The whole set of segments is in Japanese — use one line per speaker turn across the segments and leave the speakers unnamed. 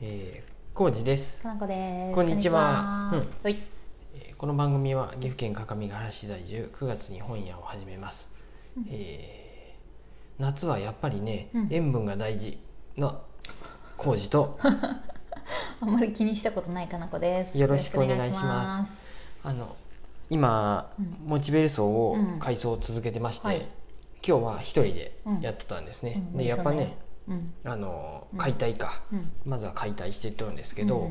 えー、康二です、
かなこです。
こんにちは
こんにちははい。
えーこの番組は岐阜県各務原市在住9月に本屋を始めます、
うん
えー夏はやっぱりね、
うん
塩分が大事な康二 と
あんまり気にしたことないかなこです。。
よろしくお願いしますあの今、
うん
モチベル層を
うん
改装を続けてまして、
はい
今日は一人でやってたんですね、
うん
でやっぱね、
うん。
あの
うん
解体か、
うん。
まずは解体していっとるんですけど、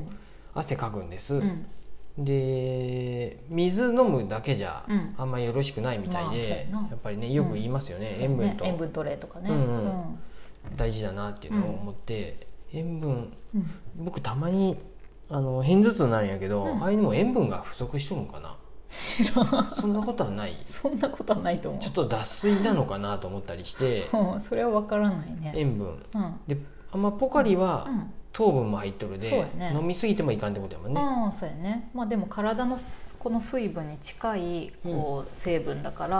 汗かくんです、
うん、うん。
で水飲むだけじゃ
うん
あんまよろしくないみたい
まあそうや
で、
な
やっぱりねよく言いますよね、
そうね
塩分と
塩分取れとかね。
うんうん
うん
大事だなっていうのを思って、塩分
うん
僕たまにあの片頭痛になるんやけど、
うん
ああいうのも塩分が不足しとるのかな
知らん。
そんなことはない
そんなことはないと思う。
ちょっと脱水なのかなと思ったり して
うんそれはわからないね。
塩分
うん。
であんまポカリは
うん。
糖分も入っとるで、
そうやね
飲みすぎてもいかんってことやもんね、
うん、そうやね。まあでも体のすこの水分に近いこう成分だから、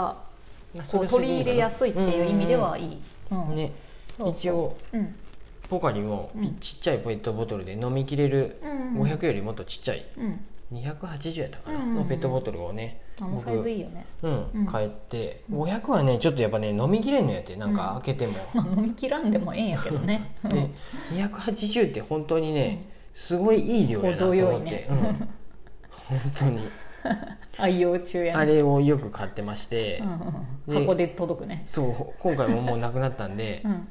まあ、
こう取り入れやすいっていう意味ではいいい。うん
ね
そうそう
一応
うん。
ポカリも
うん
ちっちゃいペットボトルで飲みきれる
うん。
500よりもっとちっちゃい
うん。
280やったかな
うん
のペットボトルをね
あのサイズいいよね。
うん
うん
買って
うん
500はねちょっとやっぱね飲みきれんのやってなんか開けても。
まあ飲み切らんでもええんやけどね
で280って本当にねすごいいい量やなと
程よ
思
い
って
ね
うん本当に
愛用中やね
あれをよく買ってまして
う
で
んうん、箱で届くね。
そう今回ももうなくなったんで
うん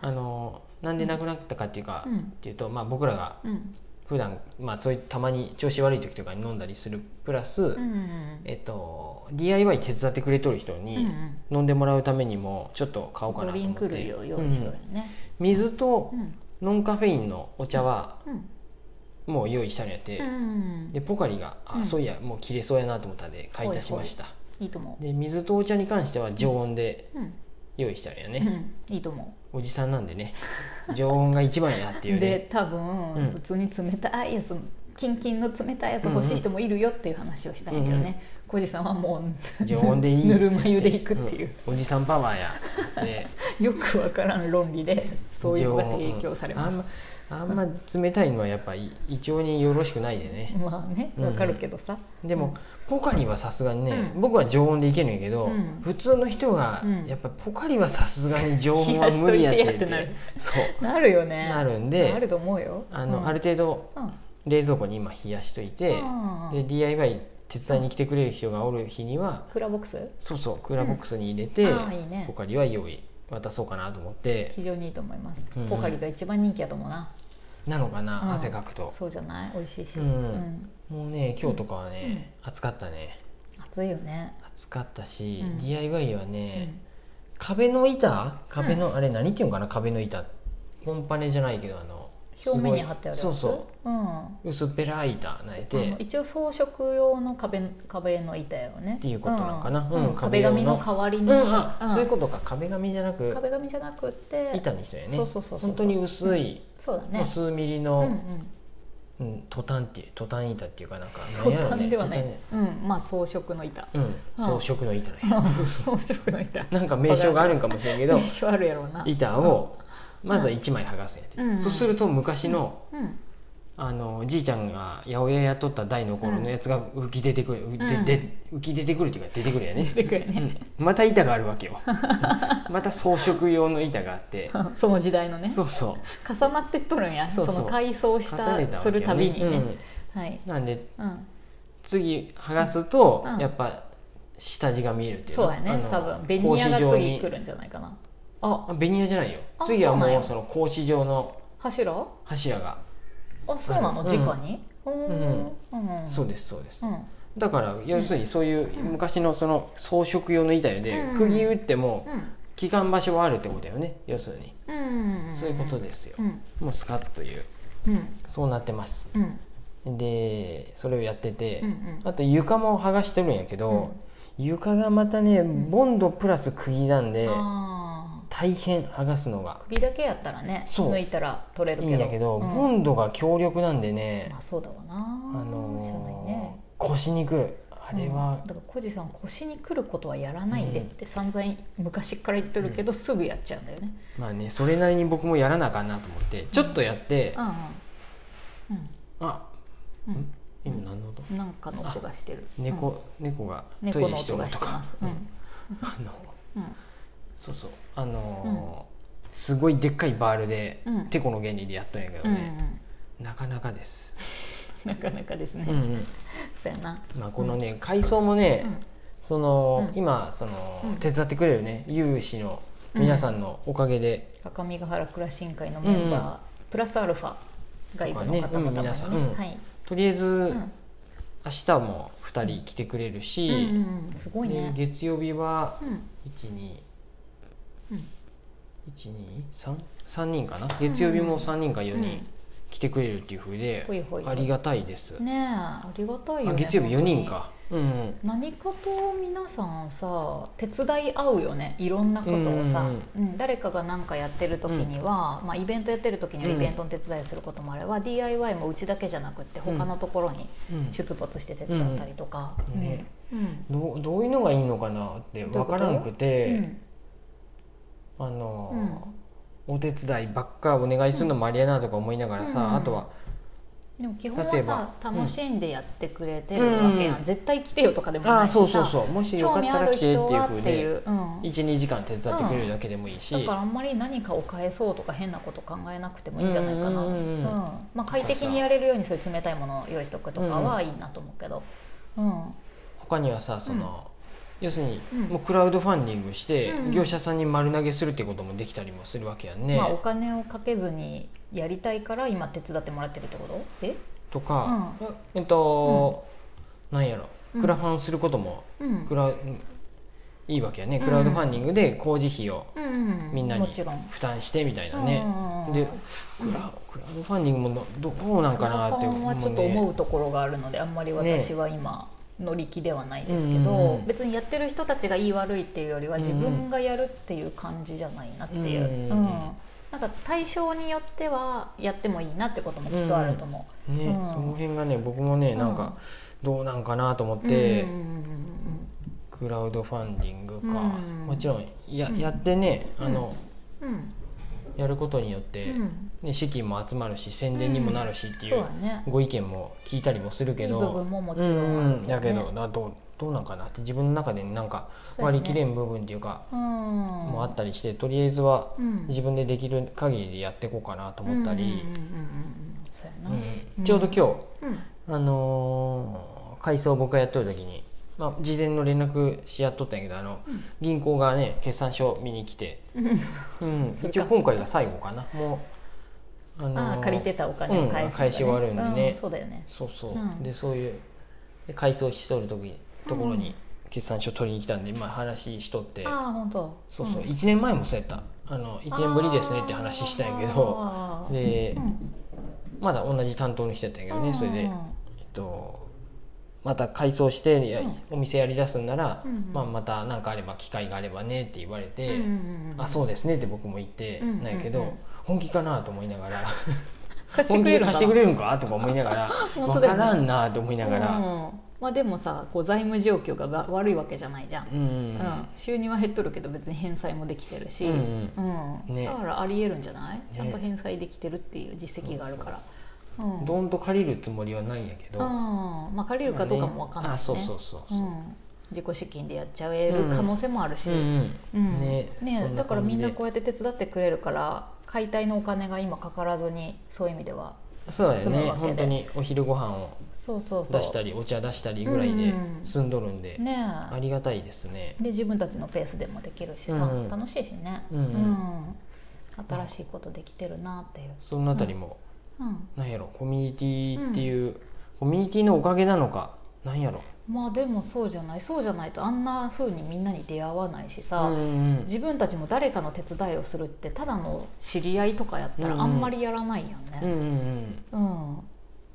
あのなんでなくなったかっていうか
う
っ
ん
ていうとまあ僕らが
うん
普段まあそういうたまに調子悪い時とかに飲んだりするプラス、
うんうん
えっと DIY 手伝ってくれとる人
う
に
ん
飲んでもらうためにもちょっと買おうか
ド
なと
リン
思
ク
って
類を用意するよ
うん
ね。
水と
うん
ノンカフェインのお茶は
うん
もう用意したのやって、
うん
でポカリがあ、
うん
そういやもう切れそうやなと思ったんで買い足しました
いいと思う。
で水とお茶に関しては常温で
うん
用意したのや
う
ね、
んいいと思。
おじさんなんでね常温が一番やっていううね
で多
うん
分普通に冷たいやつキンキンの冷たいやつ欲しい人もいるよっていう話をしたんやけどね。小路さんはもう
常温でいい
ぬるま湯でいくっていう、、
んおじさんパワーやで
よくわからん論理でそういうのが提供されます。
あんまあんま冷たいのはやっぱり胃腸によろしくないでね、
まあね
うん
わかるけどさ、
でもポカリはさすがにね、
うん
僕は常温でいけるんやけど、
うん
普通の人が
うん
やっぱポカリはさすがに常温は無理やって言って
冷やしといてやってなる
そう
なるよね
なるん
な
で
ると思うよ
あの、
うん、
ある程度
うん
冷蔵庫に今冷やしといて、
うん
で DIY 手伝いに来てくれる人がおる日には、
クーラーボックス
そうそうクーラーボックスに入れて、
うんあーいいね
ポカリは用意渡そうかなと思って
非常にいいと思います、
うん
ポカリが一番人気やと思うな
なのかな、
うん
汗かくと
そうじゃない美味しいし、
うんもうね今日とかはね、暑かったね
暑いよね、
暑かったし、
うん
DIY はね、壁の板壁の、あれ何っていうのかな壁の板本パネじゃないけどあの
うん表面に貼ってあるや
す
つ、
ごいそうそう
ん、あ
う薄っぺらい板なんや
の
て
一応装飾用の壁壁の板よね
っていうことなんかな
うん
うん
壁紙の代わり
う
に、
んあ、
うん
そういうことか壁紙じゃなく
壁紙じゃなくって
板にしたよね
そうそうそうそう
本当に薄い、
そうだ
もう
ね
数ミリ
うんう
の、
ん
うんトタンっていうトタン板っていうかなんか
ト
なんや
タ
ろね
ンではない、
ト
うんまあ装飾の板
タンうん
うん
装飾の板ね、
装飾の板
なんか名称があるんかもしれんけど
名称あるやろうな
板をまずは1枚剥がすんやって、
うん
そうすると昔の、
うん
あのじいちゃんが八百屋やっとった代の頃のやつが浮き出てくる、浮いてで浮き出てくるっていうか出てくるよね、
出てくる
う
ね
んまた板があるわけ ようんまた装飾用の板があって
その時代のね
そうそ
重なってっとるんや
そ
そう
そう
の改装
う
し
重ねた
た
わ
す
けよね
るたびに
う
ね
ん
はい
なんで
うん
次剥がすと、
うん
やっぱ下地が見えるっていうの
そうや
あ
ね
の
多分ベニヤ
格子
が
状
次
に
来るんじゃないかな
あベニヤじゃないよ
あ
次は
そうなん
もう
や
その格子状の
柱あ
柱が、
そうなの
うん
直に
ん
うん
そう
で
ですそうです、
うん
だから要するにそういう昔のその装飾用の板よで、
うん
釘打っても、
うん
期間場所はあるってことだよね要するに
うん
そういうことですよ
うん
もうスカッという
うん
そうなってます
うん
でそれをやってて
うんうん
あと床も剥がしてるんやけど床がまたね
ん
ボンドプラス釘なんで
あ
大変剥がすのが
ー首だけやったらね
そう
抜いたら取れる
い
け
い
ど
んやけど
うん
ボンドが強力なんでね
まあそうだわな
あ
しゃあない
の
ね
ー腰にくるあれ
う
は
んだから小路さん腰に来ることはやらないでって散々昔から言ってるけど、すぐやっちゃうんだよね
まあねそれなりに僕もやらなあかんなと思ってちょっとやって
うんうん
あ
うん
ん今何の音
うん、なんかの音がしてるうん
猫猫がト
猫
イ
の
レして
音
る
が
音
してま
か
す、
う
うんん
あの
うん
そうそうあのーすごいでっかいバールで
うん
てこの原理でやっとんやけど
うんう
ね
ん、
なかなかです
なかなかですね、
うんうん
そうやな、
まあこのね階層もねその
うん
今その
うん
手伝ってくれるね有志の皆さんのおかげで
赤身ヶ原クラシン会のメンバー、
うんうん
プラスアルファ外部の方々も
とかねうん皆さんうん
はい、
とりあえ
う
ず
ん
明日も2人来てくれるし、
うんうん、すごい
で
ね、
月曜日は
うんうん
12123人かな月曜日も3人か4
うん
人来てくれるっていうふうで
ほいほいほい
ありがたいです、
ねえありがたいよ
あ
ね
月曜日4人
本
かうん
当に何かと皆さんさ手伝い合うよねいろんなことをさ、
うん
うん誰かが何かやってる時には、まあ、イベントやってる時には
う
イ
ん
ベントの手伝いすることもあれば、DIY もうちだけじゃなくって他のところに
うん
出没して手伝ったりとか、
うん
うん
ねどうどういうのがいいのかなって
ど
分
ういうこと
からんく
う
て
ん
あの
うん
お手伝いばっかお願いするのもありやなとか思いながらさ、
うん
あとは
でも基本
例え
は
ば
さ
うん
楽しんでやってくれてるわけやん、
うん
絶対来てよとかでも
あ
な
あ
いし
そうそう
さ
そうもしよ
興
かっ
味
た
あ
ら
る
来て
人
っていう
は
ふ
っ
う
てい
で
う、うん、
12時間手伝ってくれるだけでもいいし、
だからあんまり何かを変えそうとか変なこと考えなくてもいいんじゃないかな
うんうんうんうん
まあ、快適にやれるようにそういう冷たいものを用意しとくとかはいいなと思うけど、うん
他にはさその、要するに、
うん
もうクラウドファンディングして、
うんうん
業者さんに丸投げするってこともできたりもするわけやんね、
まあ、お金をかけずにやりたいから今手伝ってもらってるってことえ、
とか、ええっと、なんやろ
うん
クラファンすることも、
うん
クラうんいいわけやね
うん
クラウドファンディングで工事費を
うんうんうん
みんなに
もちろん
負担してみたいなね、
うん
でクラクラウドファンディングもどどうなんかなって
クラファンはちょっと思うところがあるのであんまり私は今乗り気ではないです
う
けど、
んうんうん
別にやってる人たちがいい悪いっていうよりは
うんうん
自分がやるっていう感じじゃないなっていう、
うんうん
う
うんん
なんか対象によってはやってもいいなってこともきっとあると思う。
ね、
うん
その辺がね僕もねなん
うん
かどうなんかなと思っ
うん
て、
うんうん
クラウドファンディングか、
うん
もちろんや,、
うん
やってね
うん
あの、
うんうん
やることによって、
うんうん
ね、資金も集まるし宣伝にもなるしってい
そう
う
だね
ご意見も聞いたりもするけ
いい部
ど
分ももち
う
ろんあ
ん
る
だけど
ね
などうどうなんかなって自分の中でなんか
そうや
割
ね
り切れん部分っていうか
うん
もあったりしてとりあえずは
うん
自分でできる限りでやっていこうかなと思ったり
うんうんうんうんうんそうやな、
うんちょうど今
うん
日あのー改装を僕がやっとる時にまあ事前の連絡し合っとったんやけどあの
うん
銀行がね決算書見に来て
うん
うん
それ
一
か
応今回が最後かなもうあ
あ
ー
あ借りてたお金を返す、ね
うん返し終わるんでね
うそうだよね
そうそう、
うん
でそういうで改装しとる時ところ
う
に
ん
決算書取りに来たんで、まあ、話しとって
ああ本当
そうそう、
ん
1年前もそうやったあの1年ぶりですねって話したんやけど
あー
で、
うん
まだ同じ担当の人やったんやけどね、それで、
う
え
ん
っと、また改装していや
うん
お店やりだすんなら、
うんうん
まあ、また何かあれば機会があればねって言われて、
うんうんうん
あそうですねって僕も言って
うんうんうん
ないけど、本気かなと思いながら
貸 して
本
く
気
れ
で
るか
貸してくれるんかとか思いながら
本当
分
だ
か
よね
らんなと思いながら。
うんまあでもさこう財務状況がわ悪いわけじゃないじゃん、
うん
うん収入は減っとるけど別に返済もできてるし、
うん
うん
ね
だからありえるんじゃない、ちゃんと
ね
返済できてるっていう実績があるからう
うん
ん
どんと借りるつもりはないんやけど、
うんまあ、借りるかどうかもわかんない、ね
あそうそうそうそうう、
ん、自己資金でやっちゃえる可能性もあるし、
うん
う
うんんねそ
ね
んな感じで
だからみんなこうやって手伝ってくれるから解体のお金が今かからずにそういう意味では
そうだよ
住む
ね
わけで
本当にお昼ご飯を
そうそうそう
出したりお茶出したりぐらいで
うんうん
済んどるんで、
ね
ありがたいですね
で自分たちのペースでもできるしさ、
うんうん
楽しいしね、
うんうん
うん新しいことできてるなっていう、
そのあたりも、
うん、
なんやろコミュニティっていう、コミュニティのおかげなのかなんやろ
まあでもそうじゃないそうじゃないとあんな風にみんなに出会わないしさ、
うんうん
自分たちも誰かの手伝いをするってただの知り合いとかやった
う
ら
んうん
あんまりやらないよね、
うんうん
うん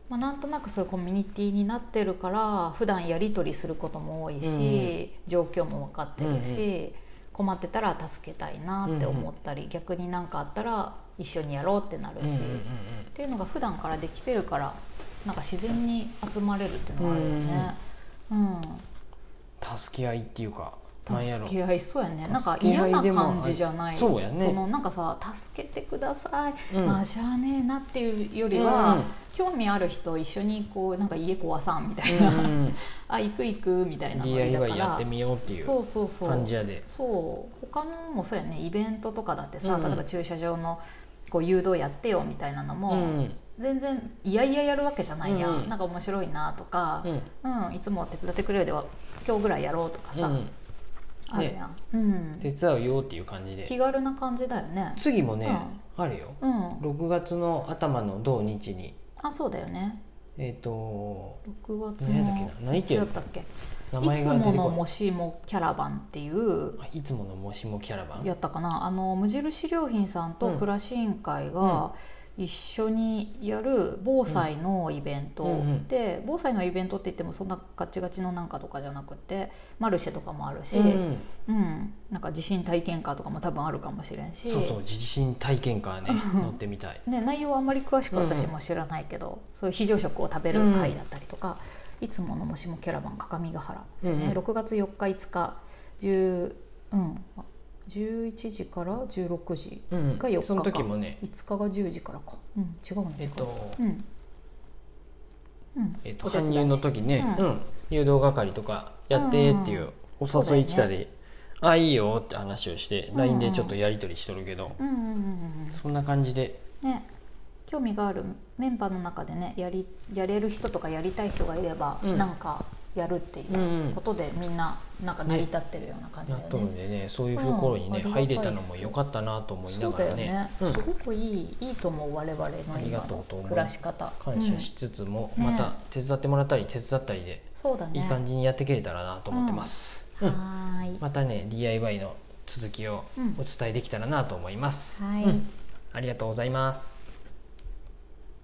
まあ、なんとなくそういうコミュニティになってるから普段やり取りすることも多いし、
うんうん
状況も分かってるし、
う
困ってたら助けたいなって思ったり、逆に何かあったら一緒にやろうってなる
う
し、
んうんうん
っていうのが普段からできてるからなんか自然に集まれるっていうのがあるよね。うん
助け合いっていうかなんやろ
助け合いそうやねなんか
助け
嫌
合い
な
でも
感じじゃない
そうやね
のなんかさ「助けてください」
うん
まあしゃあねえな」っていうよりは、
うん
興味ある人一緒にこうなんか家壊さんみたいな「
うん
あ行く行く」みたいなノリだから
DIY やってみようっていう
そうそうそう
感じやで
そう他のもそうやねイベントとかだってさ、
うん
例えば駐車場のこう誘導やってよみたいなの
う
も、
ん
全然いやいややるわけじゃないや、
うん
ん、なんか面白いなとか
う、ん
うんいつも手伝ってくれるでは今日ぐらいやろうとかさ、
うん
あるやん、うん、
手伝うよっていう感じで
気軽な感じだよね
次もねあるよ
うん
6月の頭の同日に
あそうだよね
えっと
6月
何やったっ
の
けな何
いつ
日や
だ
っ
ったっけい
名
つ
前が出て
もの
こ
もしもキャラバンっていう
ないあいつものもしもキャラバン
やったかなあの無印良品さんと
うん
暮らし委員会が一緒にやる防災のイベント、
うんうんうん
で防災のイベントって言ってもそんなガチガチのなんかとかじゃなくてマルシェとかもあるし、
う
うんんなんか地震体験会とかも多分あるかもしれんし
そうそう地震体験カーね
うん
乗ってみたい
ね、内容はあんまり詳しく私
うん
も知らないけど、そういう非常食を食べる会だったりとか、いつものもしもキャラバン各務原ですね、
うんうん
6月4日5日10、うん、11時から16時
うん
が4日か
その時もね
5日が10時からか、うん、違うの
え
違
っ
う、
と
うんうん
えっと
お手
搬
伝い
入の時ね
うん
うん誘導係とかやってっていうお誘い来た
そうだよ
であいいよって話をして
うん
LINE でちょっとやり取りしとるけど
うんうんうんうん
そんな感じで
うんね興味があるメンバーの中でねやりやれる人とかやりたい人がいれば、
うん
なんかやるってい
うんう
うんことで、みんななんか成り立ってるような感じ
な
だ
っ
よ
とる
ね
ん。でねそういうところにね
うんあ
入
り
れ
が
た
たいっ
の
す
も良かったなと思いな
そう
が
だ
ら
よね
ね、うん
すごくいいいいと思う我々の
ありが
今
とう
の
と思う
暮らし方
感謝
う
し
ん
つつも
うんね
また手伝ってもらったり手伝ったりで
そうだね
いい感じにやっていけれたらなと思ってますうん
はーい、
またね DIY の続きを
うん
お伝えできたらなと思います
はい
うんありがとうございます